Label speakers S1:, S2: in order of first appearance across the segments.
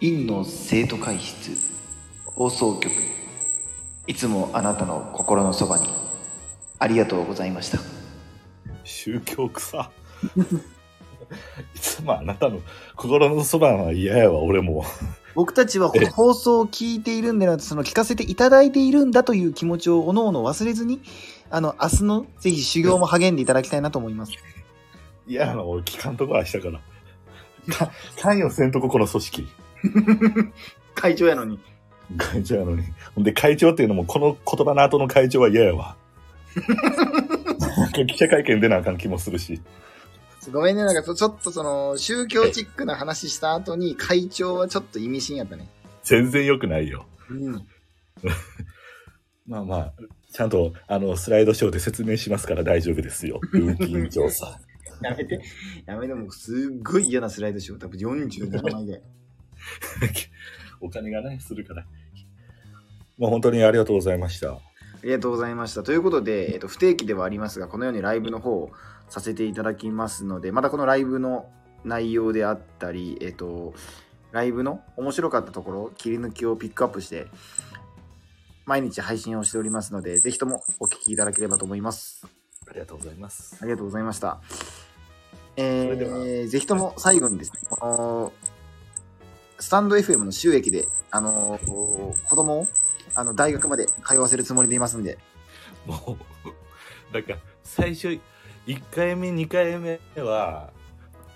S1: 院の生徒会室放送局いつもあなたの心のそばにありがとうございました
S2: 宗教草いつもあなたの心のそばは嫌やわ俺も
S3: 僕たちはこの放送を聞いているんではなくて、その聞かせていただいているんだという気持ちを各々忘れずに、あの、明日のぜひ修行も励んでいただきたいなと思います。
S2: 嫌やな俺聞かんとこはしたからか関与せんとここの組織
S3: 会長やのに。
S2: 会長やのにほんで会長っていうのもこの言葉の後の会長は嫌やわなんか記者会見出なあかん気もするし
S3: ごめんね、なんかそちょっとその、宗教チックな話した後に、会長はちょっと意味深やったね。
S2: 全然良くないよ
S3: うん。
S2: まあまあ、ちゃんとあのスライドショーで説明しますから大丈夫ですよ。運金調査。
S3: やめて。やめて、もうすっごい嫌なスライドしよう。多分47枚ぐらい。
S2: お金がね、するから。まあ本当にありがとうございました。
S3: ありがとうございました。ということで、えっと、不定期ではありますが、このようにライブの方をさせていただきますので、またこのライブの内容であったり、えっと、ライブの面白かったところ、切り抜きをピックアップして、毎日配信をしておりますので、ぜひともお聞きいただければと思います。
S2: ありがとうございます
S3: あ。りがとうございました。
S2: それでは
S3: えー、ぜひとも最後にですね、このスタンド FM の収益で、あのー子供をあの大学まで通わせるつもりでいますんで、
S2: もう、なんか最初、1回目、2回目は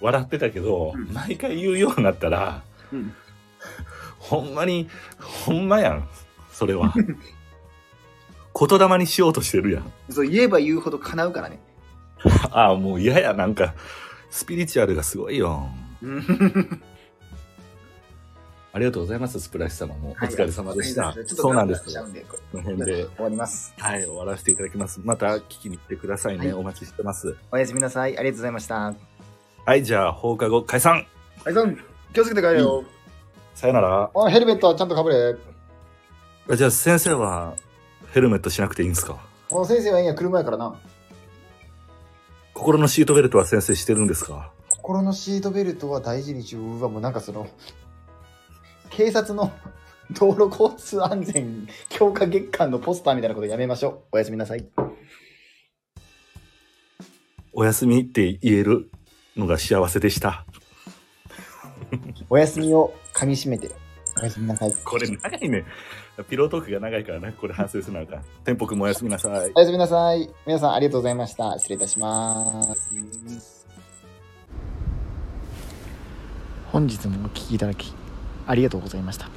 S2: 笑ってたけど、
S3: うん
S2: 毎回言うようになったら、
S3: うん
S2: ほんまに、ほんまやん。そ れは。言霊にしようとしてるやん。
S3: そう言えば言うほど叶うから ね。
S2: ああ、もう嫌や、なんか、スピリチュアルがすごいよ。ありがとうございます、スプライス様も。お疲れ様でした。
S3: はい
S2: そうなんで
S3: ちょ
S2: す。
S3: っガラガラし
S2: こと
S3: ちゃうんで
S2: の辺で、
S3: 終わります。
S2: はい、終わらせていただきます。また聞きに来てくださいね。
S3: はい
S2: お待ちしてます。
S3: おやすみなさい。ありがとうございました。
S2: はい、じゃあ、放課後解散
S3: あいさん、気をつけて帰れよ。
S2: さよなら。
S3: あ、ヘルメットはちゃんとかぶれ。
S2: あじゃあ、先生は、ヘルメットしなくていいんですか
S3: この先生はいいや、車やからな。
S2: 心のシートベルトは先生してるんですか
S3: 心のシートベルトは大事にしよう。うわ、もうなんかその、警察の 道路交通安全強化月間のポスターみたいなことやめましょう。おやすみなさい。
S2: おやすみって言えるのが幸せでした。
S3: おやすみを噛み締めて。おやすみなさい。
S2: これ長いね。ピロートークが長いからね、これ反省するなあかん。天ぽくんもおやすみなさい
S3: お。やすみなさい。皆さんありがとうございました。失礼いたします。本日もお聞きいただきありがとうございました。